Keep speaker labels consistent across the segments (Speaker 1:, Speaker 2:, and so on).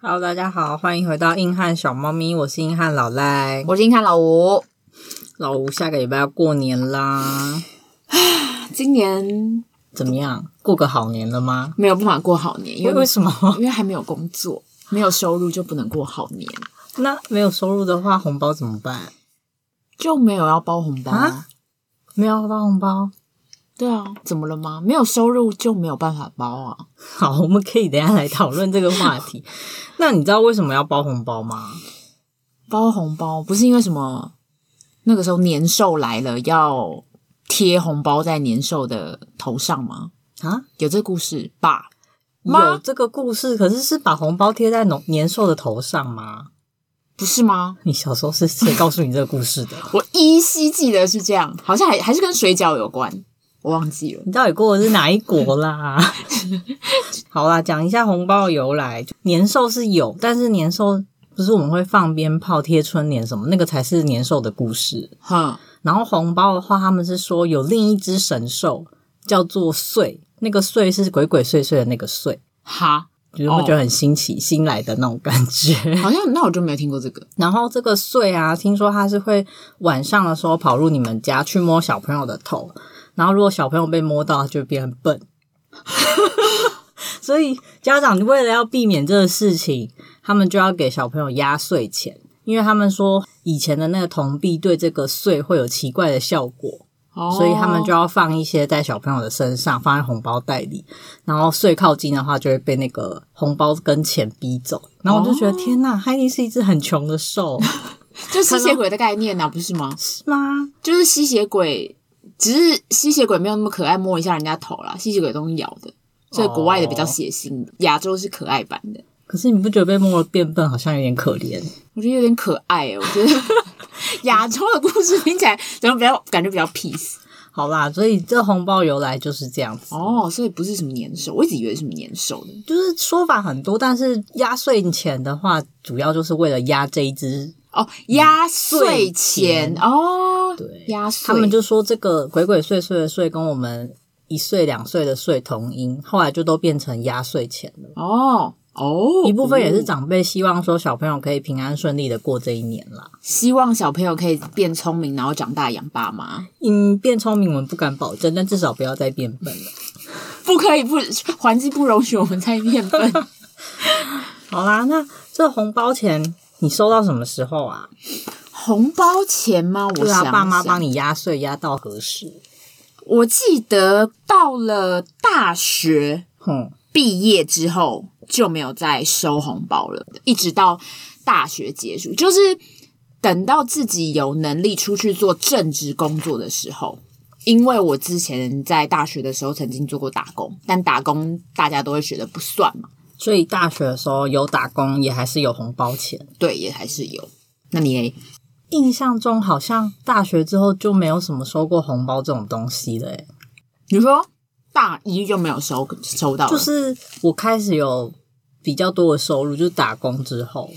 Speaker 1: Hello，大家好，欢迎回到硬汉小猫咪，我是硬汉老赖。
Speaker 2: 我今天看老吴，
Speaker 1: 老吴下个礼拜要过年啦，
Speaker 2: 今年
Speaker 1: 怎么样？过个好年了吗？
Speaker 2: 没有办法过好年，因
Speaker 1: 因为
Speaker 2: 为
Speaker 1: 为什么？
Speaker 2: 因为还没有工作，没有收入就不能过好年，
Speaker 1: 那没有收入的话，红包怎么办？
Speaker 2: 就没有要包红包
Speaker 1: 啊。没有包红包？
Speaker 2: 对啊，怎么了吗？没有收入就没有办法包啊。
Speaker 1: 好，我们可以等一下来讨论这个话 题。那你知道为什么要包红包吗？
Speaker 2: 包红包不是因为什么，那个时候年兽来了要贴红包在年兽的头上吗？
Speaker 1: 啊，
Speaker 2: 有这故事吧？妈
Speaker 1: 有这个故事，可是是把红包贴在农年兽的头上吗？
Speaker 2: 不是吗？
Speaker 1: 你小时候是 谁告诉你这个故事的？
Speaker 2: 我依稀记得是这样，好像还还是跟水饺有关，我忘记了。
Speaker 1: 你到底过的是哪一国啦？ 好啦，讲一下红包的由来。年兽是有，但是年兽不是我们会放鞭炮、贴春联什么，那个才是年兽的故事。
Speaker 2: 哼，
Speaker 1: 然后红包的话，他们是说有另一只神兽叫做祟，那个祟是鬼鬼祟祟的那个祟，
Speaker 2: 哈，
Speaker 1: 就是会觉得很新奇、新来的那种感觉。
Speaker 2: 好像那我就没有听过这个。
Speaker 1: 然后这个祟啊，听说它是会晚上的时候跑入你们家去摸小朋友的头，然后如果小朋友被摸到，它就会变很笨。 所以家长为了要避免这个事情，他们就要给小朋友压岁钱，因为他们说以前的那个铜币对这个祟会有奇怪的效果，
Speaker 2: 哦
Speaker 1: 所以他们就要放一些在小朋友的身上，放在红包袋里，然后睡靠近的话就会被那个红包跟钱逼走。然后我就觉得、
Speaker 2: 哦
Speaker 1: 天呐，它一定是一只很穷的兽，
Speaker 2: 就吸血鬼的概念呐、啊不是吗？
Speaker 1: 是吗？
Speaker 2: 就是吸血鬼，只是吸血鬼没有那么可爱，摸一下人家头啦。吸血鬼都是咬的，所以国外的比较血腥，亚洲是可爱版的。
Speaker 1: 可是你不觉得被摸了变笨好像有点可怜？
Speaker 2: 我觉得有点可爱、欸，我 觉得亚洲的故事听起来怎么比较感觉比较 peace
Speaker 1: 好啦，所以这红包由来就是这样子，
Speaker 2: 哦，所以不是什么年兽，我一直以为是什么年兽的
Speaker 1: 就是说法很多，但是压岁钱的话，主要就是为了压这一只。
Speaker 2: 哦，压岁
Speaker 1: 岁
Speaker 2: 钱
Speaker 1: 钱
Speaker 2: 哦，
Speaker 1: 对
Speaker 2: 压岁，
Speaker 1: 他们就说这个鬼鬼祟祟的祟跟我们一岁两岁的岁同音，后来就都变成压岁钱了。
Speaker 2: 哦哦，
Speaker 1: 一部分也是长辈希望说小朋友可以平安顺利的过这一年啦。
Speaker 2: 希望小朋友可以变聪明，然后长大养爸妈。
Speaker 1: 嗯，变聪明我们不敢保证，但至少不要再变笨了。
Speaker 2: 不可以不环境不容许我们再面 笨。
Speaker 1: 好啦，那这红包钱你收到什么时候啊？
Speaker 2: 红包钱吗？我
Speaker 1: 对
Speaker 2: 想
Speaker 1: 啊，
Speaker 2: 想
Speaker 1: 爸妈帮你压岁压到何时？
Speaker 2: 我记得到了大学
Speaker 1: 哼，
Speaker 2: 毕业之后就没有再收红包了，一直到大学结束，就是等到自己有能力出去做正职工作的时候。因为我之前在大学的时候曾经做过打工，但打工大家都会觉得不算嘛，
Speaker 1: 所以大学的时候有打工，也还是有红包钱。
Speaker 2: 对，也还是有。那你嘞？
Speaker 1: 印象中好像大学之后就没有什么收过红包这种东西了、欸，
Speaker 2: 你说大一就没有收收到了，
Speaker 1: 就是我开始有比较多的收入，就是打工之后，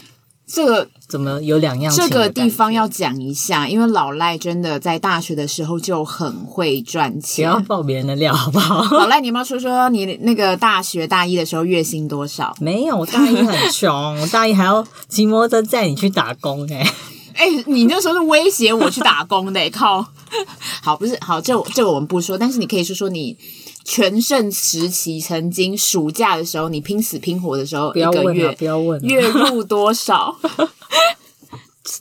Speaker 2: 这个
Speaker 1: 怎么有两样情
Speaker 2: 这
Speaker 1: 的
Speaker 2: 个地
Speaker 1: 感觉
Speaker 2: 方要讲一下，因为老赖真的在大学的时候就很会赚
Speaker 1: 不要
Speaker 2: 钱。
Speaker 1: 爆别人的料，好不好？
Speaker 2: 老赖，你有没有说说你那个大学大一的时候月薪多少？
Speaker 1: 没有，我大一很穷，我大一还要骑摩托车载你去打工、欸，
Speaker 2: 哎、你那时候是威胁我去打工的、欸靠！好，不是好，这我这我们不说，但是你可以说说你全盛时期曾经暑假的时候，你拼死拼活的时候，
Speaker 1: 不要
Speaker 2: 一个
Speaker 1: 问
Speaker 2: 月
Speaker 1: 了，不要问啊了，
Speaker 2: 月入多少？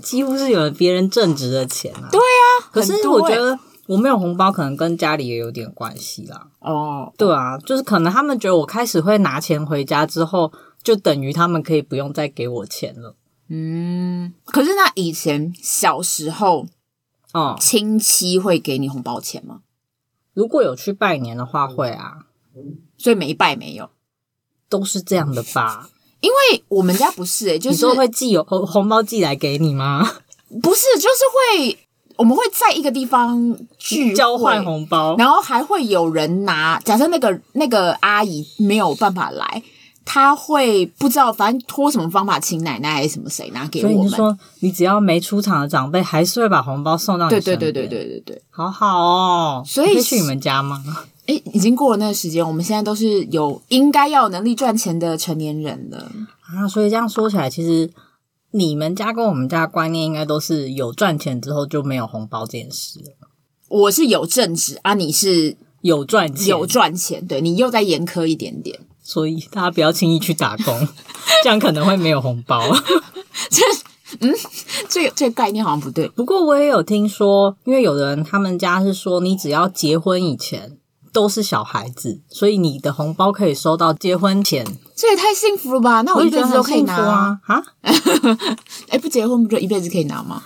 Speaker 1: 几乎是有别人正职的钱啊。对
Speaker 2: 啊，
Speaker 1: 可是
Speaker 2: 很多
Speaker 1: 我觉
Speaker 2: 欸
Speaker 1: 得我没有红包，可能跟家里也有点关系啦。
Speaker 2: 哦，
Speaker 1: 对啊，就是可能他们觉得我开始会拿钱回家之后，就等于他们可以不用再给我钱了。
Speaker 2: 嗯，可是那以前小时候
Speaker 1: 哦、
Speaker 2: 亲戚会给你红包钱吗？
Speaker 1: 如果有去拜年的话，会啊，
Speaker 2: 所以没拜没有，
Speaker 1: 都是这样的吧？
Speaker 2: 因为我们家不 是、欸，就
Speaker 1: 你
Speaker 2: 是
Speaker 1: 说会寄有红红包寄来给你吗？
Speaker 2: 不是就是会，我们会在一个地方聚会
Speaker 1: 交换，红包？
Speaker 2: 然后还会有人拿。假设那个那个阿姨没有办法来，她会不知道，反正托什么方法，请奶奶还是什么谁拿给
Speaker 1: 所以
Speaker 2: 我
Speaker 1: 你
Speaker 2: 们
Speaker 1: 是。说，你只要没出场的长辈，还是会把红包送到你
Speaker 2: 对
Speaker 1: 身
Speaker 2: 对
Speaker 1: 边
Speaker 2: 对对，对对对，
Speaker 1: 好好哦。
Speaker 2: 所以
Speaker 1: 你可以去你们家吗？
Speaker 2: 诶，已经过了那个时间，我们现在都是有应该要有能力赚钱的成年人了。
Speaker 1: 啊，所以这样说起来，其实你们家跟我们家的观念应该都是有赚钱之后就没有红包这件事了，
Speaker 2: 我是有正职啊，你是
Speaker 1: 有赚钱，
Speaker 2: 有赚钱，对你又再严苛一点点。
Speaker 1: 所以大家不要轻易去打 工，这样可能会没有红包。
Speaker 2: 这个这个概念好像不对，
Speaker 1: 不过我也有听说，因为有的人他们家是说，你只要结婚以前都是小孩子，所以你的红包可以收到结婚前，
Speaker 2: 这也太幸福了吧？那我
Speaker 1: 也
Speaker 2: 一
Speaker 1: 觉
Speaker 2: 辈
Speaker 1: 得
Speaker 2: 子都
Speaker 1: 很
Speaker 2: 可以
Speaker 1: 幸福
Speaker 2: 拿。
Speaker 1: 啊！啊，
Speaker 2: 哎，不结婚不就一辈子可以拿吗？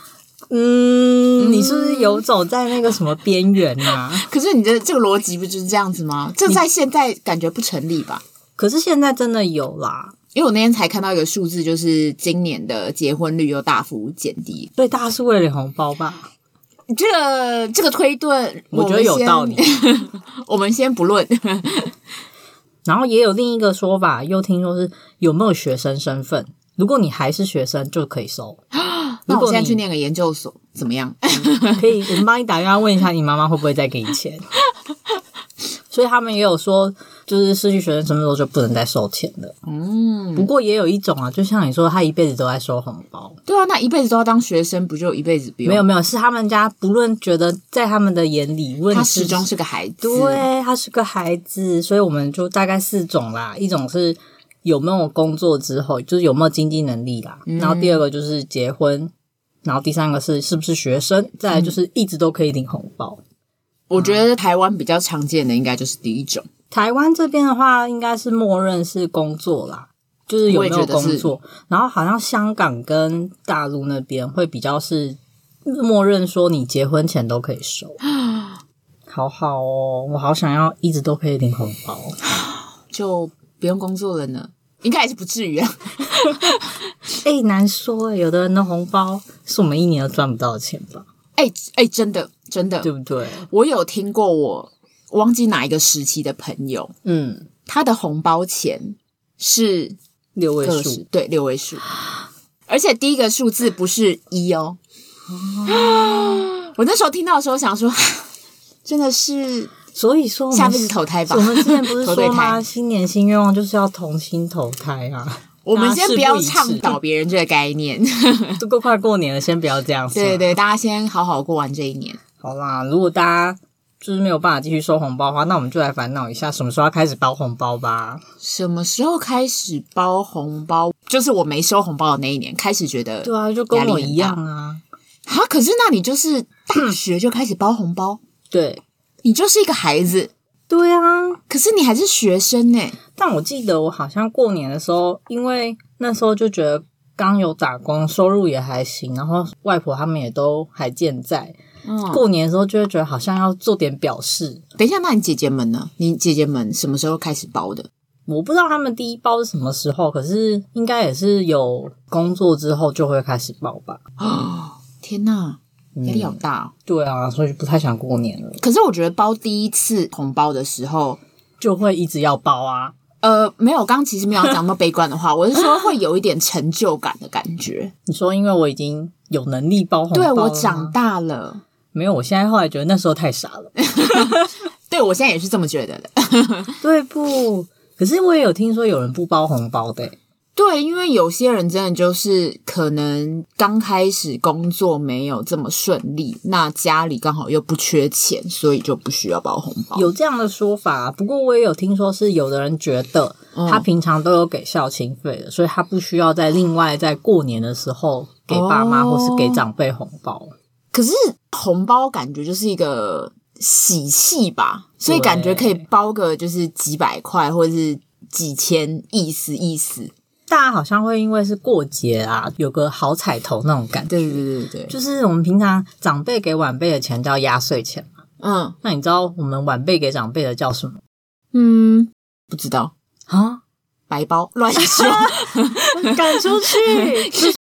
Speaker 1: 嗯，你是不是游走在那个什么边缘啊？
Speaker 2: 可是你的这个逻辑不就是这样子吗？这在现在感觉不成立吧？
Speaker 1: 可是现在真的有啦，
Speaker 2: 因为我那天才看到一个数字，就是今年的结婚率又大幅减低。
Speaker 1: 对，大家是为了领红包吧？
Speaker 2: 这个这个推断，
Speaker 1: 我觉得有道理。
Speaker 2: 我们先不论，
Speaker 1: 然后也有另一个说法，又听说是有没有学生身份，如果你还是学生就可以 收。
Speaker 2: 那
Speaker 1: 如
Speaker 2: 我
Speaker 1: 果
Speaker 2: 现在去
Speaker 1: 你
Speaker 2: 念个研究所怎么样？
Speaker 1: 可以，我们帮你打电话问一下你妈妈会不会再给你 钱。所以他们也有说，就是失去学生身份之后就不能再收钱了。
Speaker 2: 嗯，
Speaker 1: 不过也有一种啊，就像你说，他一辈子都在收红包。
Speaker 2: 对啊，那一辈子都要当学生，不就一辈子不用？
Speaker 1: 没有没有，是他们家不论觉得在他们的眼里，问
Speaker 2: 他始终是个孩子。
Speaker 1: 对他是个孩子，所以我们就大概四种啦，一种是有没有工作之后，就是有没有经济能力啦，
Speaker 2: 嗯
Speaker 1: 然后第二个就是结婚，然后第三个是是不是学生，再来
Speaker 2: 嗯
Speaker 1: 就是一直都可以领红包。
Speaker 2: 我觉得台湾比较常见的应该就是第一种，
Speaker 1: 台湾这边的话，应该是默认是工作啦，就是有没有
Speaker 2: 我也
Speaker 1: 工
Speaker 2: 觉
Speaker 1: 作。然后好像香港跟大陆那边会比较是默认说你结婚前都可以收。 好好哦，我好想要一直都可以领红包。嗯
Speaker 2: 就不用工作了呢。应该也是不至 于啊，
Speaker 1: 哎、难说哎，有的人的红包是我们一年都赚不到的钱吧，
Speaker 2: 哎、哎、真的真的
Speaker 1: 对，不对？
Speaker 2: 我有听过我，我忘记哪一个时期的朋友，
Speaker 1: 嗯，
Speaker 2: 他的红包钱是
Speaker 1: 六位
Speaker 2: 个
Speaker 1: 数
Speaker 2: 数，对，六位数， 而且第一个数字不是一哦。
Speaker 1: 哦
Speaker 2: 我那时候听到的时候想说， 真的是
Speaker 1: 所以说我们
Speaker 2: 下辈子投胎吧
Speaker 1: 我。们之前不是
Speaker 2: 投对
Speaker 1: 说吗？
Speaker 2: 胎
Speaker 1: 新年新愿望就是要同心投胎 啊。
Speaker 2: 我们先不要
Speaker 1: 大家事不
Speaker 2: 倡
Speaker 1: 宜迟
Speaker 2: 导别人这个概念，
Speaker 1: 都够快过年了，先不要这样。啊是吗
Speaker 2: 对对，大家先好好过完这一年。
Speaker 1: 好啦，如果大家就是没有办法继续收红包的话，那我们就来烦恼一下，什么时候要开始包红包吧。
Speaker 2: 什么时候开始包红包？就是我没收红包的那一年开始觉得，
Speaker 1: 对啊，就
Speaker 2: 跟
Speaker 1: 跟
Speaker 2: 我
Speaker 1: 我
Speaker 2: 一
Speaker 1: 一
Speaker 2: 样
Speaker 1: 样啊。
Speaker 2: 啊，可是那你就是大学就开始包红包，
Speaker 1: 对
Speaker 2: 你就是一个孩子，
Speaker 1: 对啊，
Speaker 2: 可是你还是学生呢、
Speaker 1: 但我记得我好像过年的时候，因为那时候就觉得刚有打工，收入也还行，然后外婆他们也都还健在。
Speaker 2: 嗯，
Speaker 1: 过年的时候就会觉得好像要做点表示。
Speaker 2: 等一下，那你姐姐们呢？你姐姐们什么时候开始包的？
Speaker 1: 我不知道他们第一包是什么时候，可是应该也是有工作之后就会开始包吧。嗯
Speaker 2: 哦，天哪，压力好大、哦
Speaker 1: 对啊，所以不太想过年了。
Speaker 2: 可是我觉得包第一次红包的时候，
Speaker 1: 就会一直要包啊。
Speaker 2: 呃，没有，刚刚其实没有讲那么悲观的话， 我是说会有一点成就感的感觉。
Speaker 1: 你说，因为我已经有能力包红包
Speaker 2: 对
Speaker 1: 了吗
Speaker 2: 我长大了，
Speaker 1: 没有，我现在后来觉得那时候太傻 了，
Speaker 2: 对我现在也是这么觉得的。
Speaker 1: 对不？可是我也有听说有人不包红包的欸、
Speaker 2: 对，因为有些人真的就是可能刚开始工作没有这么顺利，那家里刚好又不缺钱，所以就不需要包红包。
Speaker 1: 有这样的说法、啊不过我也有听说是有的人觉得
Speaker 2: 嗯
Speaker 1: 他平常都有给孝亲费的，所以他不需要在另外在过年的时候给爸妈
Speaker 2: 哦
Speaker 1: 或是给长辈红包。
Speaker 2: 可是红包感觉就是一个喜气吧，所以感觉可以包个就是几百块或者是几千，意思意思。
Speaker 1: 大家好像会因为是过节啊，有个好彩头那种感觉。
Speaker 2: 对对对对对，
Speaker 1: 就是我们平常长辈给晚辈的钱叫压岁钱嘛，
Speaker 2: 嗯
Speaker 1: 那你知道我们晚辈给长辈的叫什么吗？
Speaker 2: 嗯，不知道
Speaker 1: 啊，
Speaker 2: 白包 乱说
Speaker 1: 赶出 去！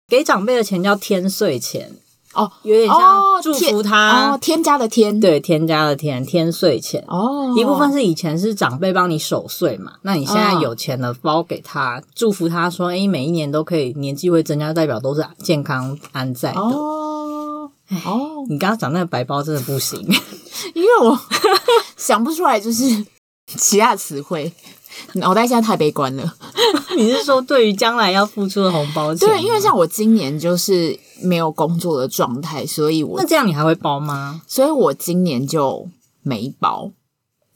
Speaker 1: 给长辈的钱叫添岁钱，
Speaker 2: 哦
Speaker 1: 有点
Speaker 2: 哦
Speaker 1: 像祝福他，
Speaker 2: 哦，添加的添
Speaker 1: 对，添加的添，添岁钱。
Speaker 2: 哦，
Speaker 1: 一部分是以前是长辈帮你守岁嘛，那你现在有钱了，包给他，祝福他说，哎，每一年都可以年纪会增加，代表都是健康安在的。
Speaker 2: 哦哦，
Speaker 1: 你刚刚讲那个白包真的不行，
Speaker 2: 因为我 想不出来就是其他词汇，脑袋现在太悲观了。
Speaker 1: 你是说对于将来要付出的红包钱吗？
Speaker 2: 对，因为像我今年就是没有工作的状态，所以我
Speaker 1: 那这样你还会包吗？
Speaker 2: 所以我今年就没包。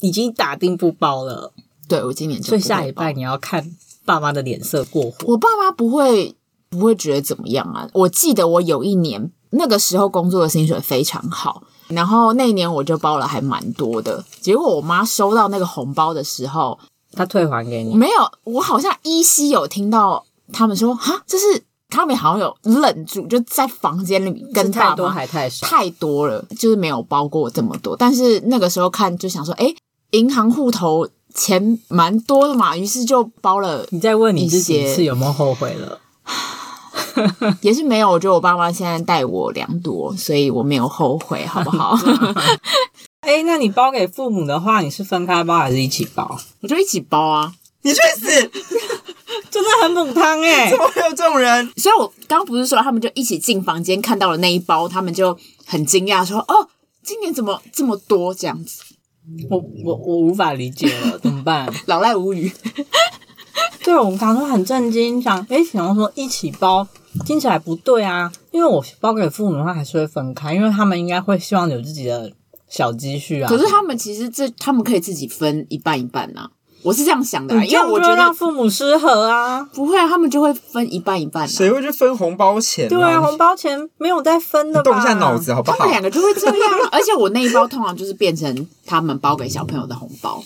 Speaker 1: 已经打定不包了，
Speaker 2: 对我今年就
Speaker 1: 所以
Speaker 2: 不会
Speaker 1: 下礼
Speaker 2: 包
Speaker 1: 拜你要看爸妈的脸色过火。
Speaker 2: 我爸妈不会不会觉得怎么样啊。我记得我有一年那个时候工作的薪水非常好，然后那一年我就包了还蛮多的。结果我妈收到那个红包的时候，
Speaker 1: 他退还给你，
Speaker 2: 没有，我好像依稀有听到他们说哈，这是他们好像有愣住，就在房间里跟
Speaker 1: 是
Speaker 2: 爸
Speaker 1: 太多
Speaker 2: 妈
Speaker 1: 还太少？
Speaker 2: 太多了，就是没有包过这么多。但是那个时候看就想说，诶，银行户头钱蛮多的嘛，于是就 包了
Speaker 1: 你再问你自己
Speaker 2: 一些
Speaker 1: 一次有没有后悔了？
Speaker 2: 也是没有，我觉得我爸妈现在带我良多，所以我没有后悔，好不 好？
Speaker 1: 哎、那你包给父母的话，你是分开包还是一起包？
Speaker 2: 我就一起包啊。
Speaker 3: 你去死！
Speaker 1: 真的很母汤 哎、
Speaker 3: 怎么会有这种人？
Speaker 2: 所以我刚不是说他们就一起进房间看到了那一包，他们就很惊讶说：“哦，今年怎么这么多？”这样子，
Speaker 1: 我我我无法理解 了，怎么办？
Speaker 2: 老赖无语。
Speaker 1: 对我们刚说很震惊，想哎，想要说一起包，听起来不对啊，因为我包给父母的话还是会分开，因为他们应该会希望有自己的小积蓄啊。
Speaker 2: 可是他们其实这他们可以自己分一半一半呐、我是这样想的
Speaker 1: 嗯
Speaker 2: 啦，
Speaker 1: 你这
Speaker 2: 因为
Speaker 1: 样
Speaker 2: 我
Speaker 1: 啊就
Speaker 2: 觉
Speaker 1: 会让
Speaker 2: 得
Speaker 1: 父母失和啊。
Speaker 2: 不会啊，他们就会分一半一半、啊。
Speaker 3: 谁会去分红包钱、
Speaker 1: 对啊，红包钱没有再分的吧？
Speaker 3: 动一下脑子好不
Speaker 2: 他
Speaker 3: 好
Speaker 2: 们？两个就会这样 啊，而且我那一包通常就是变成他们包给小朋友的红包。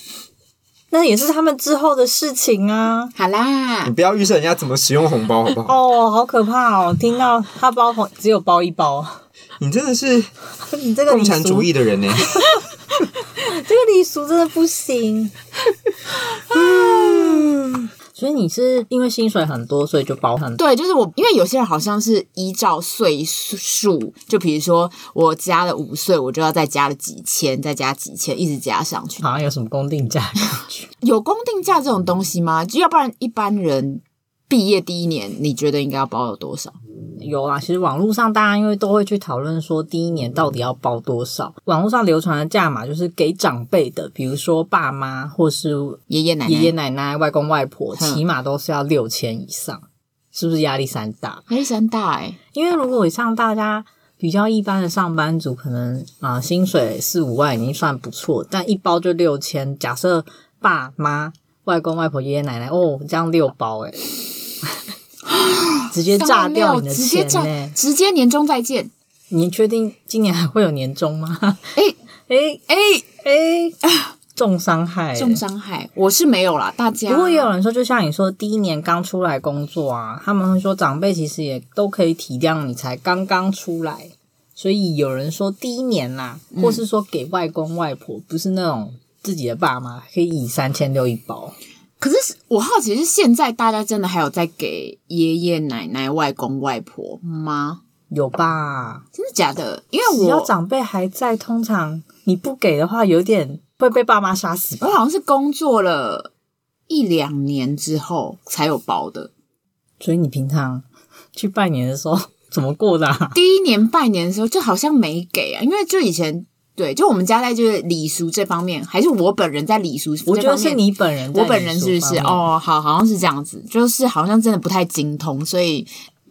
Speaker 1: 那也是他们之后的事情啊。
Speaker 2: 好啦
Speaker 3: 你，不要预设人家怎么使用红包，好不好？
Speaker 1: 哦，好可怕哦！听到他包红只有包一包，
Speaker 3: 你真的是
Speaker 1: 你这个
Speaker 3: 共
Speaker 1: 礼
Speaker 3: 产
Speaker 1: 俗
Speaker 3: 主，义的人呢、
Speaker 1: 这个礼俗真的不行。 所以你是因为薪水很多，所以就包很多。
Speaker 2: 对，就是我，因为有些人好像是依照岁数，就比如说我加了五岁，我就要再加了几千，再加几千，一直加上去。
Speaker 1: 好像有什么公定价的感觉，
Speaker 2: 有公定价这种东西吗？就要不然一般人毕业第一年，你觉得应该要包有多少？
Speaker 1: 有啊。其实网络上大家因为都会去讨论说，第一年到底要包多少。网络上流传的价码就是给长辈的，比如说爸妈或是
Speaker 2: 爷爷奶奶，
Speaker 1: 爷爷奶奶、外公外婆，
Speaker 2: 嗯
Speaker 1: 起码都是要六千以上，是不是压力山大？
Speaker 2: 还是很大哎、
Speaker 1: 因为如果像大家比较一般的上班族，可能啊、呃薪水四五万已经算不错，但一包就六千。假设爸妈、外公外婆、爷爷奶奶，哦，这样六包哎、 直接炸掉你的
Speaker 2: 直接
Speaker 1: 钱
Speaker 2: 炸
Speaker 1: 呢、，
Speaker 2: 直接年终再见。
Speaker 1: 你确定今年还会有年终吗？
Speaker 2: 哎
Speaker 1: 哎
Speaker 2: 哎、
Speaker 1: 哎，重伤害、欸
Speaker 2: 重。伤害，我是没有啦，大家
Speaker 1: 不过也有人说，就像你说，第一年刚出来工作啊，他们会说长辈其实也都可以体谅你才刚刚出来，所以有人说第一年啦，或是说给外公外婆，不是那种自己的爸妈，可以以三千六一包。
Speaker 2: 可是我好奇是现在大家真的还有在给爷爷奶奶、外公外婆吗？
Speaker 1: 有吧？
Speaker 2: 真的假的？因为
Speaker 1: 只要
Speaker 2: 我
Speaker 1: 长辈还在，通常你不给的话，有点会被爸妈杀死
Speaker 2: 我
Speaker 1: 吧？
Speaker 2: 好像是工作了一两年之后才有包的。
Speaker 1: 所以你平常去拜年的时候怎么过的、啊？
Speaker 2: 第一年拜年的时候就好像没给啊，因为就以前对，就我们家在就是礼俗这方面，还是我本人在礼俗这方
Speaker 1: 我
Speaker 2: 面，
Speaker 1: 觉得是你本人在
Speaker 2: 我
Speaker 1: 礼俗方面，
Speaker 2: 本人是不是？哦，好，好像是这样子，就是好像真的不太精通，所以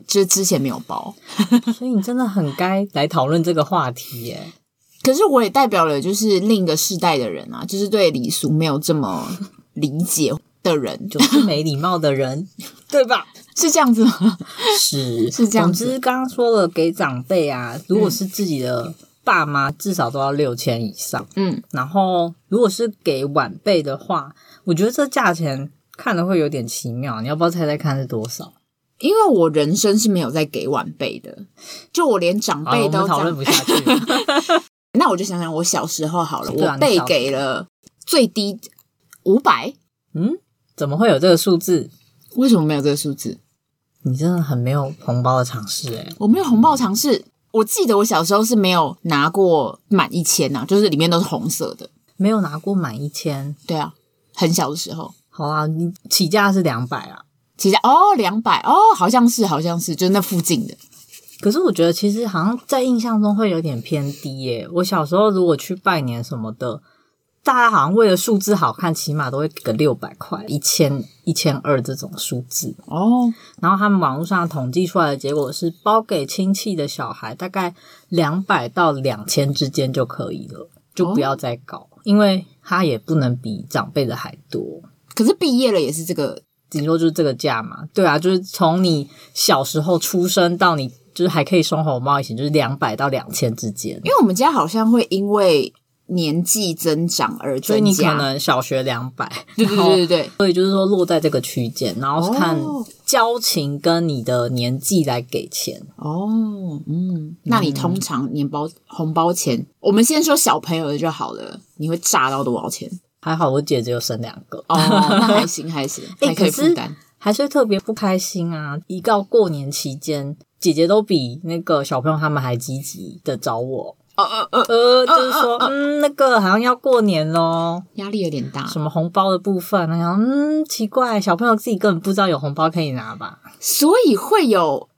Speaker 2: 就之前没有包。
Speaker 1: 所以你真的很该来讨论这个话题耶。
Speaker 2: 可是我也代表了就是另一个世代的人啊，就是对礼俗没有这么理解的人，就
Speaker 1: 就是没礼貌的 人，对吧？
Speaker 2: 是这样子吗？
Speaker 1: 是
Speaker 2: 是这样子嗯
Speaker 1: 总之，刚刚说了，给长辈啊，如果是自己的爸妈，至少都要六千以上。
Speaker 2: 嗯，
Speaker 1: 然后，如果是给晚辈的话，我觉得这价钱看的会有点奇妙。你要不要猜猜看是多少？
Speaker 2: 因为我人生是没有在给晚辈的，就我连长
Speaker 1: 好了，
Speaker 2: 辈
Speaker 1: 我
Speaker 2: 都
Speaker 1: 们讨
Speaker 2: 这
Speaker 1: 论
Speaker 2: 样。
Speaker 1: 不下去了。
Speaker 2: 那我就想想我小时候好了，
Speaker 1: 对啊
Speaker 2: 我
Speaker 1: 你
Speaker 2: 被
Speaker 1: 小时候
Speaker 2: 给了最低五百，
Speaker 1: 嗯，怎么会有这个数字？
Speaker 2: 为什么没有这个数字？
Speaker 1: 你真的很没有红包的尝试哎、
Speaker 2: 我没有红包尝试。我记得我小时候是没有拿过满一千呐、就是里面都是红色的。
Speaker 1: 没有拿过满一千。
Speaker 2: 对啊，很小的时候，
Speaker 1: 好啊，你起价是两百啊。
Speaker 2: 其实哦两百哦，好像是好像是，就是那附近的。
Speaker 1: 可是我觉得其实好像在印象中会有点偏低耶、我小时候如果去拜年什么的，大家好像为了数字好看，起码都会给个六百块、一千、一千二这种数字。
Speaker 2: 哦，
Speaker 1: 然后他们网络上统计出来的结果是，包给亲戚的小孩大概两百到两千之间就可以了，就不要再搞，因为他也不能比长辈的还多。
Speaker 2: 可是毕业了也是这个
Speaker 1: 顶多就是这个价嘛，对啊，就是从你小时候出生到你就是还可以收红包以前，就是两百到两千之间，
Speaker 2: 因为我们家好像会因为年纪增长而
Speaker 1: 所以
Speaker 2: 增
Speaker 1: 你可
Speaker 2: 加，
Speaker 1: 能小学两百，
Speaker 2: 对对对对对，
Speaker 1: 所以就是说落在这个区间，然后是看
Speaker 2: 哦
Speaker 1: 交情跟你的年纪来给钱。
Speaker 2: 哦，嗯，那你通常年包红包钱，我们先说小朋友的就好了，你会炸到多少钱？
Speaker 1: 还好我姐只有生两个，
Speaker 2: 哦，那还行还行，
Speaker 1: 哎
Speaker 2: 还可以
Speaker 1: 可
Speaker 2: 负
Speaker 1: 是
Speaker 2: 担。
Speaker 1: 还是会特别不开心啊！一到过年期间，姐姐都比那个小朋友他们还积极的找我，
Speaker 2: 呃呃呃，
Speaker 1: 呃，就是说，嗯，那个好像要过年喽，
Speaker 2: 压力有点大，
Speaker 1: 什么红包的部分，然后嗯，奇怪，小朋友自己根本不知道有红包可以拿吧？
Speaker 2: 所以会有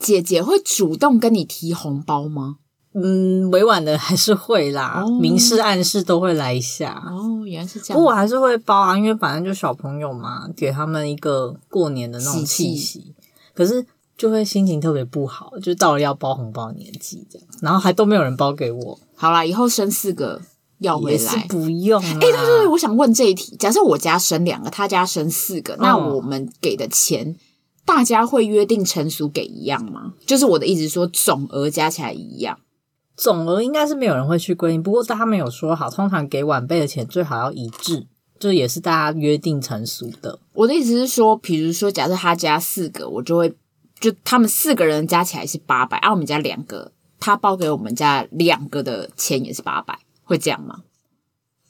Speaker 2: 姐姐会主动跟你提红包吗？
Speaker 1: 嗯，委婉的还是会啦，
Speaker 2: 哦
Speaker 1: 明示暗示都会来一下。
Speaker 2: 哦，原来是这
Speaker 1: 不过我
Speaker 2: 样。
Speaker 1: 还是会包啊，因为反正就小朋友嘛，给他们一个过年的那种气
Speaker 2: 喜气
Speaker 1: 息。可是就会心情特别不好，就到了要包红包的年纪这样，然后还都没有人包给我，
Speaker 2: 好啦，以后生四个要回
Speaker 1: 也是
Speaker 2: 来。
Speaker 1: 不用啊。哎、
Speaker 2: 哎、对对对，我想问这一题：假设我家生两个，他家生四个，那我们给的钱，大家会约定成俗给一样吗？就是我的意思是说，总额加起来一样。
Speaker 1: 总额应该是没有人会去规定，不过他们有说好，通常给晚辈的钱最好要一致，就也是大家约定成熟的。
Speaker 2: 我的意思是说，比如说，假设他家四个，我就会就他们四个人加起来是八百，而啊我们家两个，他包给我们家两个的钱也是八百，会这样吗？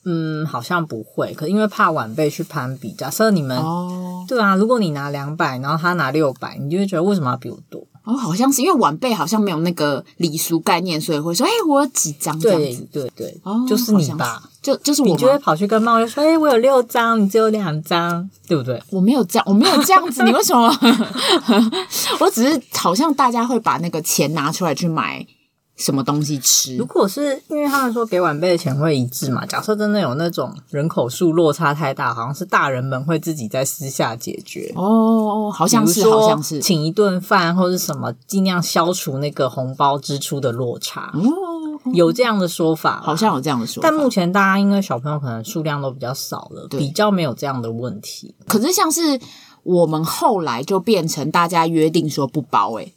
Speaker 1: 嗯，好像不会，可因为怕晚辈去攀比。假设你们、
Speaker 2: 哦
Speaker 1: 对啊，如果你拿两百，然后他拿六百，你就会觉得为什么要比我多？
Speaker 2: 哦，好像是因为晚辈好像没有那个礼俗概念，所以会说，哎、我有几张这样
Speaker 1: 对
Speaker 2: 子，
Speaker 1: 对对，
Speaker 2: 哦
Speaker 1: 就是你吧？
Speaker 2: 就就是
Speaker 1: 你
Speaker 2: 我
Speaker 1: 就会
Speaker 2: 吗？
Speaker 1: 跑去跟猫又说：“哎、我有六张，你只有两张，对不对
Speaker 2: 我没有这样，我没有这样子，你为什么？ 我只是好像大家会把那个钱拿出来去买什么东西？”吃
Speaker 1: 如，果是因为他们说给晚辈的钱会一致嘛，假设真的有那种人口数落差太大，好像是大人们会自己在私下解决，
Speaker 2: 哦，好像
Speaker 1: 比
Speaker 2: 是，
Speaker 1: 如说
Speaker 2: 好像是，
Speaker 1: 请一顿饭或是什么，尽量消除那个红包支出的落差，
Speaker 2: 哦，
Speaker 1: 有这样的说法啦，
Speaker 2: 好像有这样的说法。
Speaker 1: 但目前大家因为小朋友可能数量都比较少了，
Speaker 2: 对
Speaker 1: 比较没有这样的问题。
Speaker 2: 可是像是我们后来就变成大家约定说不包哎诶、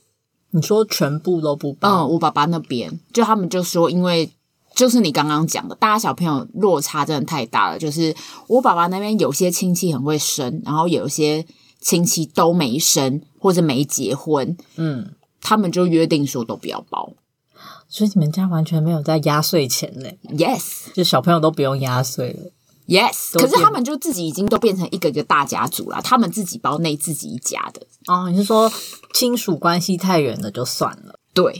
Speaker 1: 你说全部都不
Speaker 2: 嗯，
Speaker 1: 包，
Speaker 2: 我爸爸那边就他们就说，因为就是你刚刚讲的，大家小朋友落差真的太大了。就是我爸爸那边有些亲戚很会生，然后有些亲戚都没生或者没结婚，
Speaker 1: 嗯，
Speaker 2: 他们就约定说都不要包。
Speaker 1: 所以你们家完全没有在压岁钱嘞，
Speaker 2: Yes
Speaker 1: 就小朋友都不用压岁了。
Speaker 2: Yes，
Speaker 1: 都
Speaker 2: 可是
Speaker 1: 变
Speaker 2: 他们就自己已经都变成一个一个大家族了，他们自己包内自己一家的。
Speaker 1: 哦，你是说亲属关系太远了就算了。
Speaker 2: 对，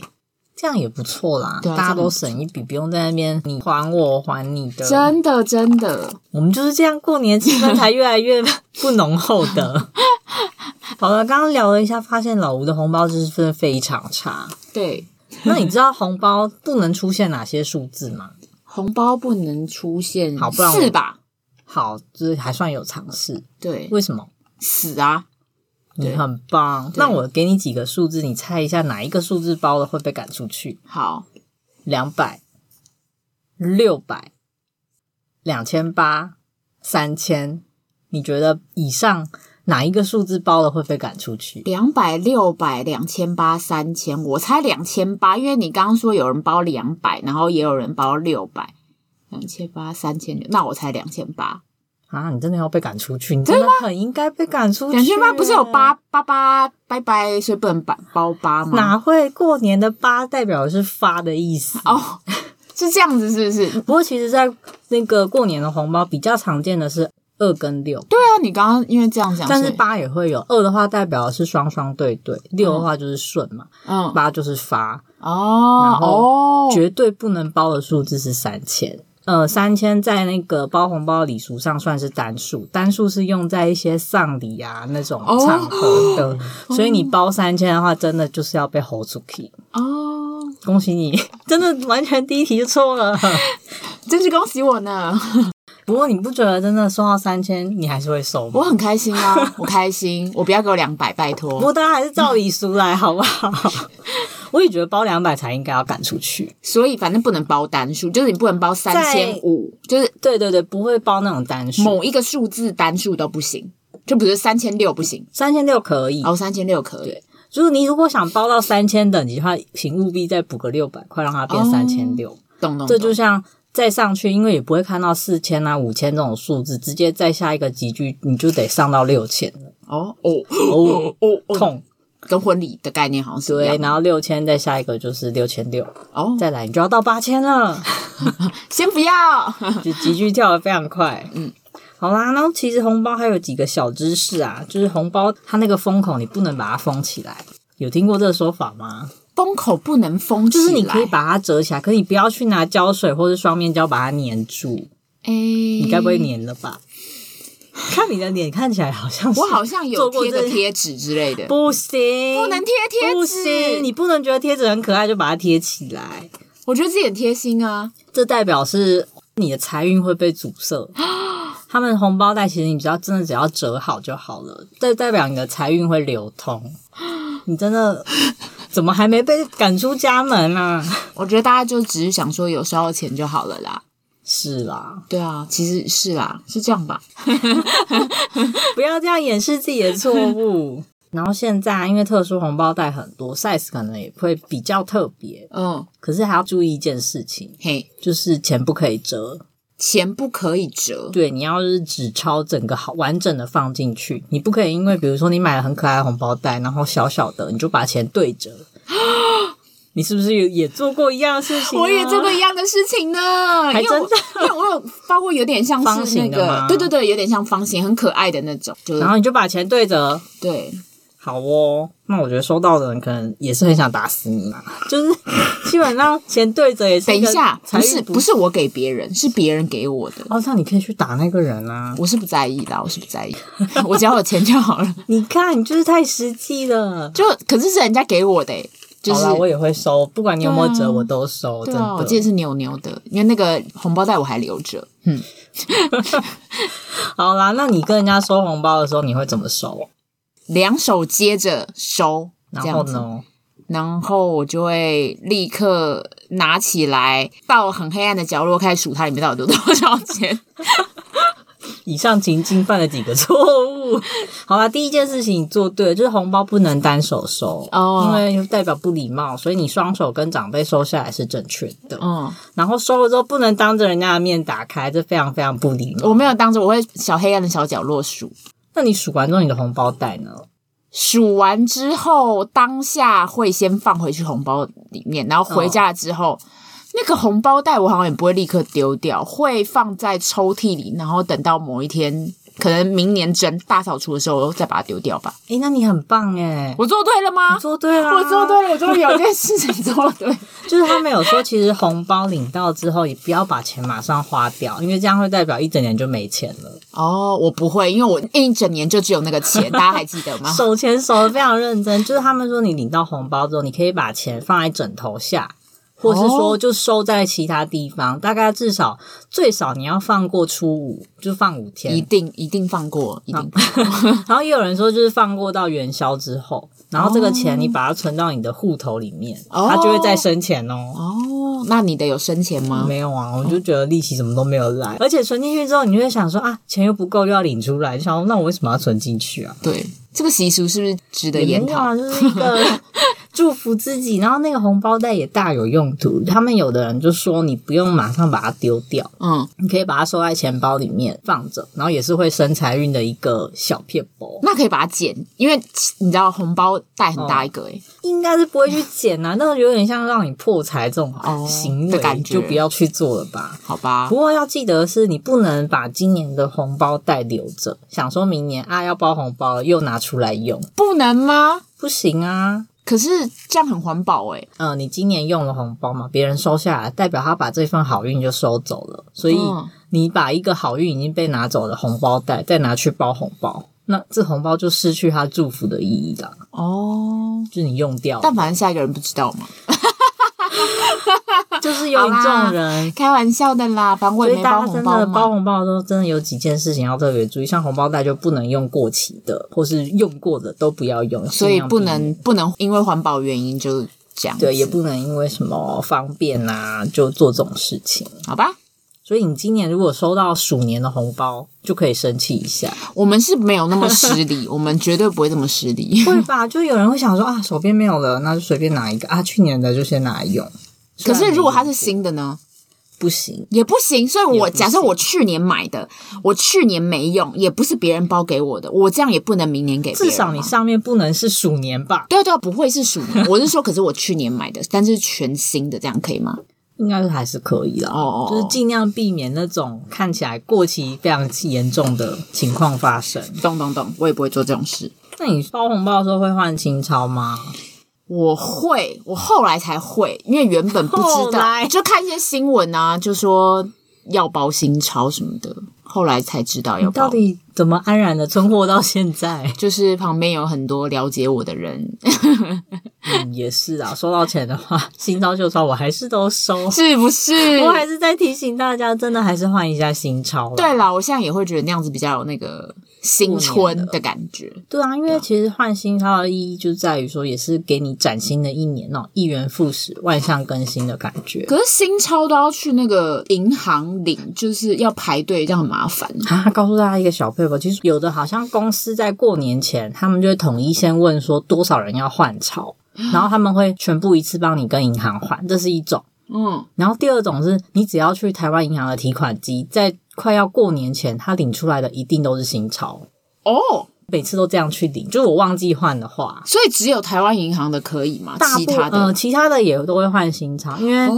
Speaker 1: 这样也不错啦，
Speaker 2: 对啊
Speaker 1: 大家
Speaker 2: 这样
Speaker 1: 都
Speaker 2: 也不
Speaker 1: 省一笔，不用在那边你还我我还你的。
Speaker 2: 真的真的，
Speaker 1: 我们就是这样，过年气氛才越来越不浓厚 的。好了，刚刚聊了一下，发现老吴的红包知识真的非常差。
Speaker 2: 对，
Speaker 1: 那你知道红包不能出现哪些数字吗？
Speaker 2: 红包不能出现
Speaker 1: 好不然我
Speaker 2: 四吧？
Speaker 1: 好，这还算有尝试。
Speaker 2: 对，
Speaker 1: 为什么？
Speaker 2: 死啊！
Speaker 1: 你很棒。那我给你几个数字，你猜一下哪一个数字包了会被赶出去？
Speaker 2: 好，
Speaker 1: 两百、六百、两千八、三千，你觉得以上哪一个数字包了会被赶出去？
Speaker 2: 两百、六百、两千八、三千，我猜两千八，因为你刚刚说有人包两百，然后也有人包六百，两千八、三千六，那我猜两千八。
Speaker 1: 啊，你真的要被赶出去？你真的很应该被赶出去。啊
Speaker 2: 两千八不是有？八八八拜拜，所以不能包包八吗？
Speaker 1: 哪会过年的八代表的是发的意思？
Speaker 2: 哦， 是这样子，是不是？对
Speaker 1: 不过其实，在那个过年的红包比较常见的是二跟六，
Speaker 2: 啊，你刚刚因为这样讲，
Speaker 1: 但是
Speaker 2: 啊所以
Speaker 1: 八也会有。二的话代表的是双双对对，六的话就是顺嘛，
Speaker 2: 嗯
Speaker 1: 八就是发。
Speaker 2: 哦
Speaker 1: 后
Speaker 2: 哦
Speaker 1: 绝对不能包的数字是三千，呃，三千在那个包红包礼俗上算是单数，单数是用在一些丧礼啊那种
Speaker 2: 哦
Speaker 1: 场合的，所以你包三千的话，真的就是要被吼出去。
Speaker 2: 哦，
Speaker 1: 恭喜你， 真的完全第一题就错 了。
Speaker 2: 真是恭喜我呢！
Speaker 1: 不过你不觉得真的收到三千，你还是会收吗
Speaker 2: 我？很开心啊， 我开心，我不要给我两百，拜
Speaker 1: 不
Speaker 2: 托。
Speaker 1: 过大家还是照礼俗来，好不 好？我也觉得包两百才应该要赶出去。
Speaker 2: 所以反正不能包单数，就是你不能包三千五，就是
Speaker 1: 对对对，不会包那种单数，
Speaker 2: 某一个数字单数都不行，就比如三千六不行，
Speaker 1: 三千六可以。
Speaker 2: 然后三千六可以。
Speaker 1: 就是你如果想包到三千等级的话，请务必再补个六百块，让它变
Speaker 2: 哦
Speaker 1: 三千六。
Speaker 2: 懂懂，
Speaker 1: 这就
Speaker 2: 懂
Speaker 1: 像再上去，因为也不会看到四千啊、五千这种数字，直接再下一个集聚，你就得上到六千了。
Speaker 2: 哦哦
Speaker 1: 哦，
Speaker 2: 哦哦，
Speaker 1: 痛
Speaker 2: 跟婚礼的概念好像是一
Speaker 1: 对，
Speaker 2: 样的
Speaker 1: 然后六千再下一个就是六千六，
Speaker 2: 哦。
Speaker 1: 再来你就要到八千了，
Speaker 2: 先不要，
Speaker 1: 就集聚跳得非常快。嗯。好啦，然后其实红包还有几个小知识啊，就是红包它那个封口你不能把它封起来，有听过这个说法吗？
Speaker 2: 封口不能封起
Speaker 1: 就
Speaker 2: 来，
Speaker 1: 是你可以把它折起来，可你不要去拿胶水或是双面胶把它粘住，
Speaker 2: 哎，
Speaker 1: 你
Speaker 2: 你
Speaker 1: 该不会？粘了吧？ 看你的脸看起来好像是
Speaker 2: 我好像有
Speaker 1: 做过
Speaker 2: 贴个
Speaker 1: 这
Speaker 2: 贴纸之类的，
Speaker 1: 不行，
Speaker 2: 不能贴贴纸
Speaker 1: 不行，你不能觉得贴纸很可爱就把它贴起来，
Speaker 2: 我觉得自己很贴心啊。
Speaker 1: 这代表是你的财运会被阻塞。他们红包袋其实你只要真的只要折好就好了，这代表你的财运会流通。你真的怎么还没被赶出家门啊？
Speaker 2: 我觉得大家就只是想说有烧到钱就好了啦。
Speaker 1: 是啦，
Speaker 2: 对啊，其实是啦，是这样吧？
Speaker 1: 不要这样掩饰自己的错误。然后现在啊因为特殊红包袋很多，size 可能也会比较特别，
Speaker 2: 嗯，
Speaker 1: 可是还要注意一件事情，
Speaker 2: 嘿，
Speaker 1: 就是钱不可以折。
Speaker 2: 钱不可以折，
Speaker 1: 对，你要是纸钞整个好完整的放进去，你不可以因为比如说你买了很可爱的红包袋，然后小小的你就把钱对折。你是不是也也做过一样的事情、
Speaker 2: 我也做过。一样的事情呢，
Speaker 1: 还
Speaker 2: 因为我
Speaker 1: 真
Speaker 2: 因为我有包过有点像
Speaker 1: 方
Speaker 2: 是那
Speaker 1: 形的
Speaker 2: 个，
Speaker 1: 吗
Speaker 2: 对对对，有点像方形，很可爱的那种，就是
Speaker 1: 然后你就把钱对折，
Speaker 2: 对，
Speaker 1: 好哦。那我觉得收到的人可能也是很想打死你嘛，就是 基本上钱对折也是
Speaker 2: 等一
Speaker 1: 个
Speaker 2: 下，
Speaker 1: 财
Speaker 2: 不
Speaker 1: 运
Speaker 2: 是不是我给别人，是别人给我的，
Speaker 1: 哦，那你可以去打那个人啊！
Speaker 2: 我是不在意啦，我是不在意， 我只要有钱就好了。
Speaker 1: 你看，你就是太实际了。
Speaker 2: 就可是是人家给我的、欸，就是
Speaker 1: 好啦，我也会收，不管你有没有
Speaker 2: 对啊
Speaker 1: 折，我都收。
Speaker 2: 对
Speaker 1: 真
Speaker 2: 啊，
Speaker 1: 的
Speaker 2: 我记得是牛牛的，因为那个红包袋我还留着。
Speaker 1: 好啦，那你跟人家收红包的时候，你会怎么收？
Speaker 2: 两手接着收，
Speaker 1: 然
Speaker 2: 这
Speaker 1: 后
Speaker 2: 样子，
Speaker 1: 呢？
Speaker 2: 然后我就会立刻拿起来，到很黑暗的角落开始数它里面到底有多少钱。
Speaker 1: 以上情境犯了几个错误？好啦，第一件事情你做对了，就是红包不能单手收，
Speaker 2: 哦
Speaker 1: 因为代表不礼貌，所以你双手跟长辈收下来是正确的。
Speaker 2: 嗯，
Speaker 1: 然后收了之后不能当着人家的面打开，这非常非常不礼貌。
Speaker 2: 我没有当着，我会小黑暗的小角落数。
Speaker 1: 那你数完之后，你的红包袋呢？
Speaker 2: 数完之后，当下会先放回去红包里面，然后回家之后，那个红包袋我好像也不会立刻丢掉，会放在抽屉里，然后等到某一天，可能明年整大扫除的时候，我再把它丢掉吧。
Speaker 1: 诶，那你很棒诶，
Speaker 2: 我做对了吗
Speaker 1: 你？做对啦！
Speaker 2: 我做对了，啊我终于有一件事情做对。
Speaker 1: 就是他们有说，其实红包领到之后，也不要把钱马上花掉，因为这样会代表一整年就没钱了。
Speaker 2: 哦，我不会，因为我一整年就只有那个钱，大家还记 得吗？
Speaker 1: 手钱守的非常认真， 就是他们说你领到红包之后，你可以把钱放在枕头下，或是说就收在其他地方，大概至少最少你要放过初五，就放五
Speaker 2: 一
Speaker 1: 天，
Speaker 2: 定一定放过，一定放过。
Speaker 1: 然后也有人说就是放过到元宵之后，然后这个钱你把它存到你的户头里面，
Speaker 2: 哦
Speaker 1: 它就会再生钱哦。
Speaker 2: 哦，那你的有生钱吗？
Speaker 1: 没有啊，我就觉得利息怎么都没有来，而且存进去之后，你就会想说啊，钱又不够，又要领出来，就想说那我为什么要存进去啊？
Speaker 2: 对，这个习俗是不是值得
Speaker 1: 也
Speaker 2: 研
Speaker 1: 没有
Speaker 2: 讨？
Speaker 1: 啊，就是一个祝福自 己。然后那个红包袋也大有用途，他们有的人就说你不用马上把它丢掉，
Speaker 2: 嗯，
Speaker 1: 你可以把它收在钱包里面放着，然后也是会生财运的一个小片包。
Speaker 2: 那可以把它剪，因为你知道红包袋很大一
Speaker 1: 嗯
Speaker 2: 个 诶、欸
Speaker 1: 应该是不会去捡啊，那有点像让你破财这种
Speaker 2: 哦
Speaker 1: 行为，
Speaker 2: 的感觉
Speaker 1: 就不要去做了吧。
Speaker 2: 好吧
Speaker 1: 不？过要记得的是，你不能把今年的红包袋留着，想说明年啊要包红包了又拿出来用，
Speaker 2: 不能吗？
Speaker 1: 不行啊。
Speaker 2: 可是这样很环保哎、
Speaker 1: 呃，你今年用了红包嘛，别人收下来，代表他把这份好运就收走了，所以
Speaker 2: 嗯
Speaker 1: 你把一个好运已经被拿走的红包袋再拿去包红包，那这红包就失去它祝福的意义了，
Speaker 2: 哦，
Speaker 1: 就是你用掉了，
Speaker 2: 但反正下一个人不知道嘛，
Speaker 1: 就是有你这种人。
Speaker 2: 开玩笑的啦，反 正我
Speaker 1: 所
Speaker 2: 也
Speaker 1: 以
Speaker 2: 没
Speaker 1: 大家
Speaker 2: 包红
Speaker 1: 真
Speaker 2: 包
Speaker 1: 的包
Speaker 2: 嘛。
Speaker 1: 红包的时候，真的有几件事情要特别注意，像红包袋就不能用过期的，或是用过的都不要用，
Speaker 2: 所
Speaker 1: 尽
Speaker 2: 以
Speaker 1: 量
Speaker 2: 不
Speaker 1: 避免
Speaker 2: 能不能因为环保原因就这样子，
Speaker 1: 对，也不能因为什么方便啊就做这种事情。
Speaker 2: 好吧？
Speaker 1: 所以你今年如果收到鼠年的红包，就可以生气一下，
Speaker 2: 我们是没有那么失 礼，我们绝对不会这么失 礼。
Speaker 1: 会吧？就有人会想说啊，手边没有了，那就随便拿一个啊，去年的就先拿来用。
Speaker 2: 可是如果它是
Speaker 1: 新，
Speaker 2: 新的呢，
Speaker 1: 不行，
Speaker 2: 也不行。所以
Speaker 1: 也不
Speaker 2: 我
Speaker 1: 行
Speaker 2: 假设我去年买的，我去年没用，也不是别人包给我的，我这样也不能明年给别
Speaker 1: 至
Speaker 2: 人
Speaker 1: 少你
Speaker 2: 嘛
Speaker 1: 上面不能是鼠年吧？
Speaker 2: 对啊对啊，不会是鼠 年。我是说，可是我去年买的，但是全新的，这样可以吗？
Speaker 1: 应该是还是可以的
Speaker 2: 哦哦哦
Speaker 1: 就是尽量避免那种看起来过期非常严重的情况发生。
Speaker 2: 懂懂懂，我也不会做这种事。
Speaker 1: 那你包红包的时候会换新钞吗？
Speaker 2: 我会，我后来才会，因为原本不
Speaker 1: 后
Speaker 2: 知道
Speaker 1: 来，
Speaker 2: 就看一些新闻啊，就说要包新钞什么的，后来才知道要
Speaker 1: 你到
Speaker 2: 包。
Speaker 1: 底怎么安然的存活到现在？
Speaker 2: 就是旁边有很多了解我的人，
Speaker 1: 嗯，也是啊，收到钱的话，新钞旧钞我还是都收。
Speaker 2: 是不是？
Speaker 1: 我还是在提醒大家，真的还是换一下新钞啦。
Speaker 2: 对啦，我现在也会觉得那样子比较有那个新
Speaker 1: 过
Speaker 2: 春
Speaker 1: 年
Speaker 2: 的感觉。
Speaker 1: 对啊，因为其实换新钞的意义就在于说，也是给你崭新的一年哦，一元复始、万象更新的感觉
Speaker 2: 可是新钞都要去那个银行领，就是要排队，这样很麻烦。
Speaker 1: 啊。告诉大家一个小配合，其实有的好像公司在过年前，他们就会统一先问说多少人要换钞，然后他们会全部一次帮你跟银行换，这是一种。
Speaker 2: 嗯，
Speaker 1: 然后第二种是你只要去台湾银行的提款机，在快要过年前，他领出来的一定都是新钞，
Speaker 2: 哦，
Speaker 1: 每次都这样去领。就是我忘记换的话，
Speaker 2: 所以只有台湾银行的可以嘛？
Speaker 1: 大
Speaker 2: 其
Speaker 1: 部
Speaker 2: 他
Speaker 1: 呃
Speaker 2: 的
Speaker 1: 其他的也都会换新钞，因为
Speaker 2: 哦，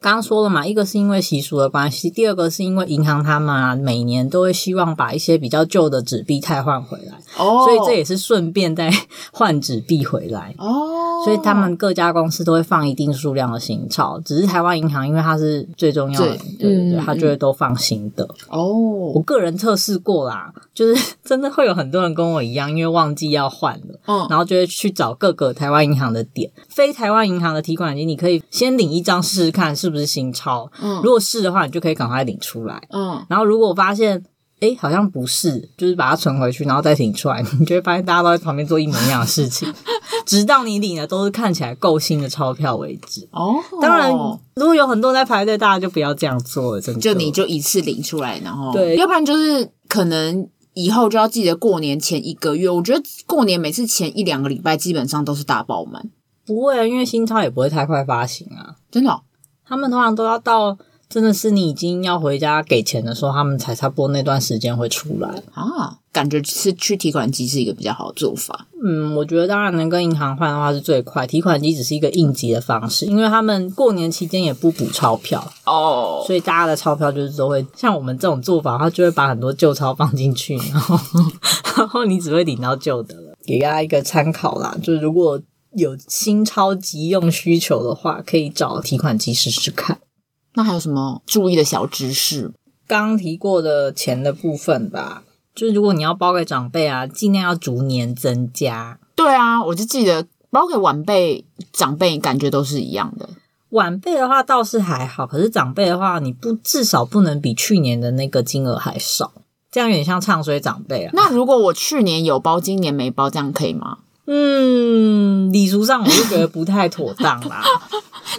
Speaker 1: 刚刚说了嘛，一个是因为习俗的关系，第二个是因为银行他们啊每年都会希望把一些比较旧的纸币汰换回来，
Speaker 2: 哦，
Speaker 1: 所以这也是顺便再 换纸币回来。
Speaker 2: 哦，
Speaker 1: 所以他们各家公司都会放一定数量的新钞，只是台湾银行因为它是最重要的，
Speaker 2: 最
Speaker 1: 对对对，
Speaker 2: 嗯
Speaker 1: 它就会都放新的。我
Speaker 2: 哦，
Speaker 1: 个人测试过啦，就是 真的会有很多人跟我一样，因为忘记要换了，
Speaker 2: 嗯，
Speaker 1: 然后就会去找各个台湾银行的点，非台湾银行的提款机，你可以先领一张试试看是不是新钞，
Speaker 2: 嗯
Speaker 1: 如果是的话，你就可以赶快领出来。
Speaker 2: 嗯，
Speaker 1: 然后如果发现诶好像不是，就是把它存回去，然后再领出来， 你就会发现大家都在旁边做一模一样的事 情，直到你领的都是看起来够新的钞票为止。
Speaker 2: 哦，
Speaker 1: 当然，如果有很多人在排队，大家就不要这样做了，真的。
Speaker 2: 就你就一次领出来，然后
Speaker 1: 对
Speaker 2: 要不然就是可能以后就要记得过年前一个月。我觉得过年每次前一两个礼拜基本上都是大爆满，
Speaker 1: 不会啊，因为新钞也不会太快发行啊。
Speaker 2: 真的哦、
Speaker 1: 他们通常都要到真的是你已经要回家给钱的时候，他们才差不多那段时间会出来。
Speaker 2: 啊，感觉是去提款机是一个比较好的做法。
Speaker 1: 嗯，我觉得当然能跟银行换的话是最快，提款机只是一个应急的方式，因为他们过年期间也不补钞票，
Speaker 2: 哦，
Speaker 1: 所以大家的钞票就是都会像我们这种做法，他就会把很多旧钞放进去，然后然后你只会领到旧的了。给大家一个参考啦，就是如果有新钞急用需求的话，可以找提款机试试看。
Speaker 2: 那还有什么注意的小知识？
Speaker 1: 刚提过的钱的部分吧，就是如果你要包给长辈啊，尽量要逐年增加。
Speaker 2: 对啊，我就记得包给晚辈、长辈，感觉都是一样的。
Speaker 1: 晚辈的话倒是还好，可是长辈的话，你不至少不能比去年的那个金额还少，这样有点像唱衰长辈啊。
Speaker 2: 那如果我去年有包，今年没包，这样可以吗？
Speaker 1: 嗯，礼俗上我就觉得不太妥当啦。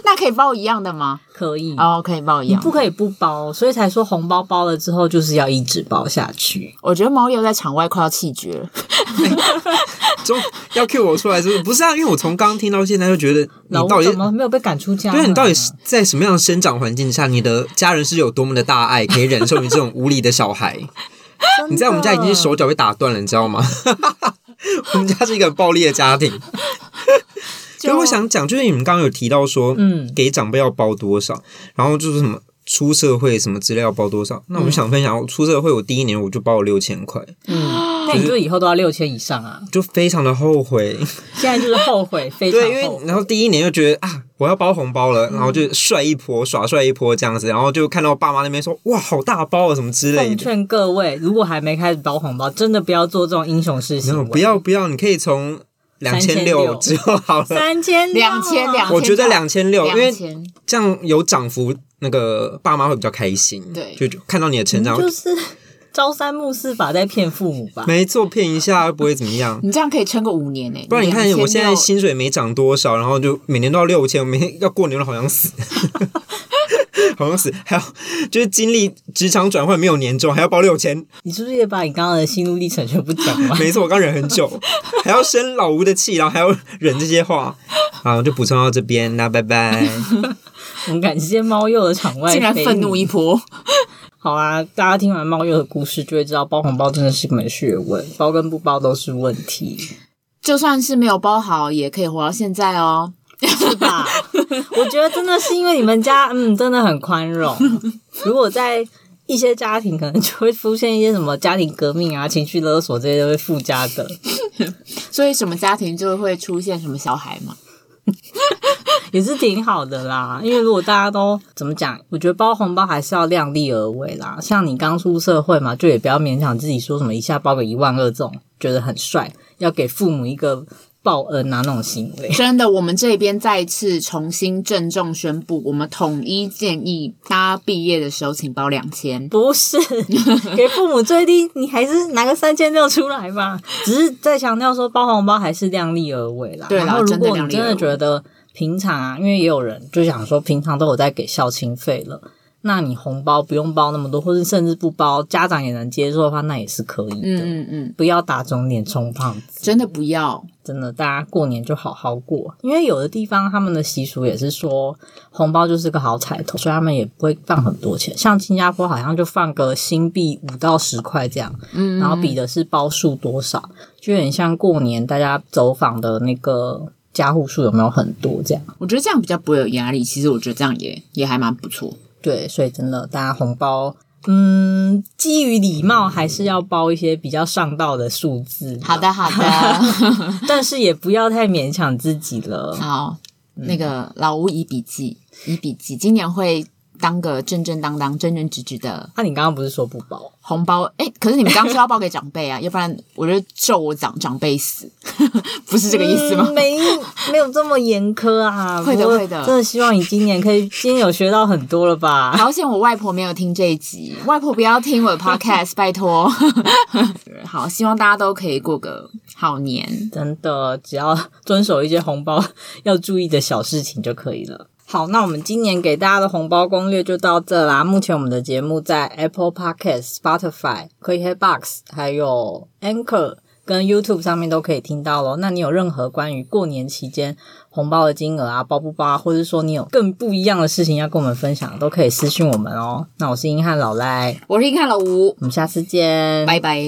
Speaker 2: 那可以包一样的吗？
Speaker 1: 可以，
Speaker 2: 哦，可以包一
Speaker 1: 你
Speaker 2: 样的。
Speaker 1: 不可以不包，所以才说红包包了之后就是要一直包下去。
Speaker 2: 我觉得猫又在场外快要气绝了。
Speaker 3: 就要 cue 我出来是不是？不是啊，因为我从刚刚听到现在就觉得你
Speaker 1: 老
Speaker 3: 到
Speaker 1: 吴
Speaker 3: 底
Speaker 1: 怎么没有被赶出家门啊？
Speaker 3: 对你到底是在什么样的生长环境下，你的家人是有多么的大爱，可以忍受你这种无理的小孩？你在我们家已经是手脚被打断了，你知道吗？我们家是一个很暴力的家庭。所以我想讲，就是你们刚刚有提到说，
Speaker 1: 嗯
Speaker 3: 给长辈要包多少，然后就是什么出社会什么资料要包多少。那我就想分享，我出社会我第一年我就包了六千块，
Speaker 1: 嗯，那你就以后都要六千以上啊！
Speaker 3: 就非常的后悔。
Speaker 1: 现在就是后 悔，非常
Speaker 3: 对，因
Speaker 1: 后
Speaker 3: 为
Speaker 1: 悔。
Speaker 3: 然后第一年就觉得啊，我要包红包了，然后就帅一波，耍帅一波这样子，然后就看到爸妈那边说哇，好大包啊什么之
Speaker 1: 嗯
Speaker 3: 类
Speaker 1: 奉
Speaker 3: 的。
Speaker 1: 劝各位，如果还没开始包红包，真的不要做这种英雄事
Speaker 3: 没有，
Speaker 1: 情。
Speaker 3: 不要不要，你可以从两千六
Speaker 1: 3600
Speaker 3: 之后好了。
Speaker 1: 三千
Speaker 2: 两千两，
Speaker 3: 我觉得两千六，因为
Speaker 2: 两千
Speaker 3: 这样有涨幅，那个爸妈会比较开心。
Speaker 2: 对
Speaker 3: 就就看到你的成长，
Speaker 1: 就是朝三暮四吧，在骗父母吧。
Speaker 3: 没错，骗一下又不会怎么样。
Speaker 2: 你这样可以撑个五年呢、欸
Speaker 3: 不然你看，
Speaker 2: 2600
Speaker 3: 我现在薪水没涨多少，然后就每年都要六千，我每天要过年了，好想死， 好想死。还有就是经历职场转换，没有年终，还要包六千。
Speaker 1: 你是不是也把你刚刚的心路历程全部讲完？
Speaker 3: 没错，我刚忍很久， 还要生老吴的气，然后还要忍这些话。好，就补充到这边，那拜拜。
Speaker 1: 我们感谢猫鼬的场外
Speaker 2: 竟然愤怒
Speaker 1: 非议
Speaker 2: 一波，
Speaker 1: 好啊！大家听完猫鼬的故事，就会知道包红包真的是门学问，包跟不包都是问题，
Speaker 2: 就算是没有包好，也可以活到现在哦。
Speaker 1: 是吧？我觉得真的是因为你们家，嗯，真的很宽容。如果在一些家庭，可能就会出现一些什么家庭革命啊、情绪勒索这些都会附加的。
Speaker 2: 所以什么家庭就会出现什么小孩嘛？
Speaker 1: 也是挺好的啦。因为如果大家都怎么讲，我觉得包红包还是要量力而为啦。像你刚出社会嘛，就也不要勉强自己说什么一下包个一万二这种，觉得很帅，要给父母一个报恩啊那种行为。
Speaker 2: 真的，我们这边再次重新郑重宣布，我们统一建议大家毕业的时候请包两千。
Speaker 1: 不 是给父母最低，你还是拿个三千六出来吧。只是在强调说，包红包还是量力而为啦。
Speaker 2: 对啦
Speaker 1: 然后如
Speaker 2: 真的
Speaker 1: 果你
Speaker 2: 量力
Speaker 1: 真
Speaker 2: 而
Speaker 1: 的
Speaker 2: 为
Speaker 1: 觉得平常啊，因为也有人就想说，平常都有在给孝亲费了，那你红包不用包那么多，或是甚至不包，家长也能接受的话，那也是可以的。
Speaker 2: 嗯嗯嗯，
Speaker 1: 不要打肿脸充胖子，
Speaker 2: 真的不要，
Speaker 1: 真的，大家过年就好好过。因为有的地方他们的习俗也是说，红包就是个好彩头，所以他们也不会放很多钱。像新加坡好像就放个新币五到十块这样，
Speaker 2: 嗯
Speaker 1: 然后比的是包数多少，就有点像过年大家走访的那个家户数有没有很多这样。
Speaker 2: 我觉得这样比较不会有压力。其实我觉得这样也也还蛮不错。
Speaker 1: 对，所以真的，大家红包。嗯，基于礼貌，还是要包一些比较上道的数字。
Speaker 2: 好，的，好的，
Speaker 1: 但是也不要太勉强自己了。
Speaker 2: 好。那个老吴以笔记，以笔记，今年会当个正正当当、正正直直的
Speaker 1: 那、你刚刚不是说不包？
Speaker 2: 红包。哎、可是你们刚刚说要包给长辈啊，要不然我就咒我长长辈死， 不是这个意思吗？
Speaker 1: 嗯没没有这么严苛啊，
Speaker 2: 会的
Speaker 1: 不过
Speaker 2: 会的
Speaker 1: 真的希望你今年可以，今年有学到很多了吧？
Speaker 2: 好险，我外婆没有听这一集。外婆不要听我的 podcast，拜托。 好，希望大家都可以过个好年。
Speaker 1: 真的，只要遵守一些红包要注意的小事情就可以了。好，那我们今年给大家的红包攻略就到这啦。目前我们的节目在 Apple Podcast、Spotify、k k b o x 还有 Anchor 跟 YouTube 上面都可以听到咯。那你有任何关于过年期间红包的金额啊、包不包啊，或者说你有更不一样的事情要跟我们分享，都可以私讯我们哦。那我是英汉老赖，
Speaker 2: 我是硬汉老吴，
Speaker 1: 我们下次见，
Speaker 2: 拜拜。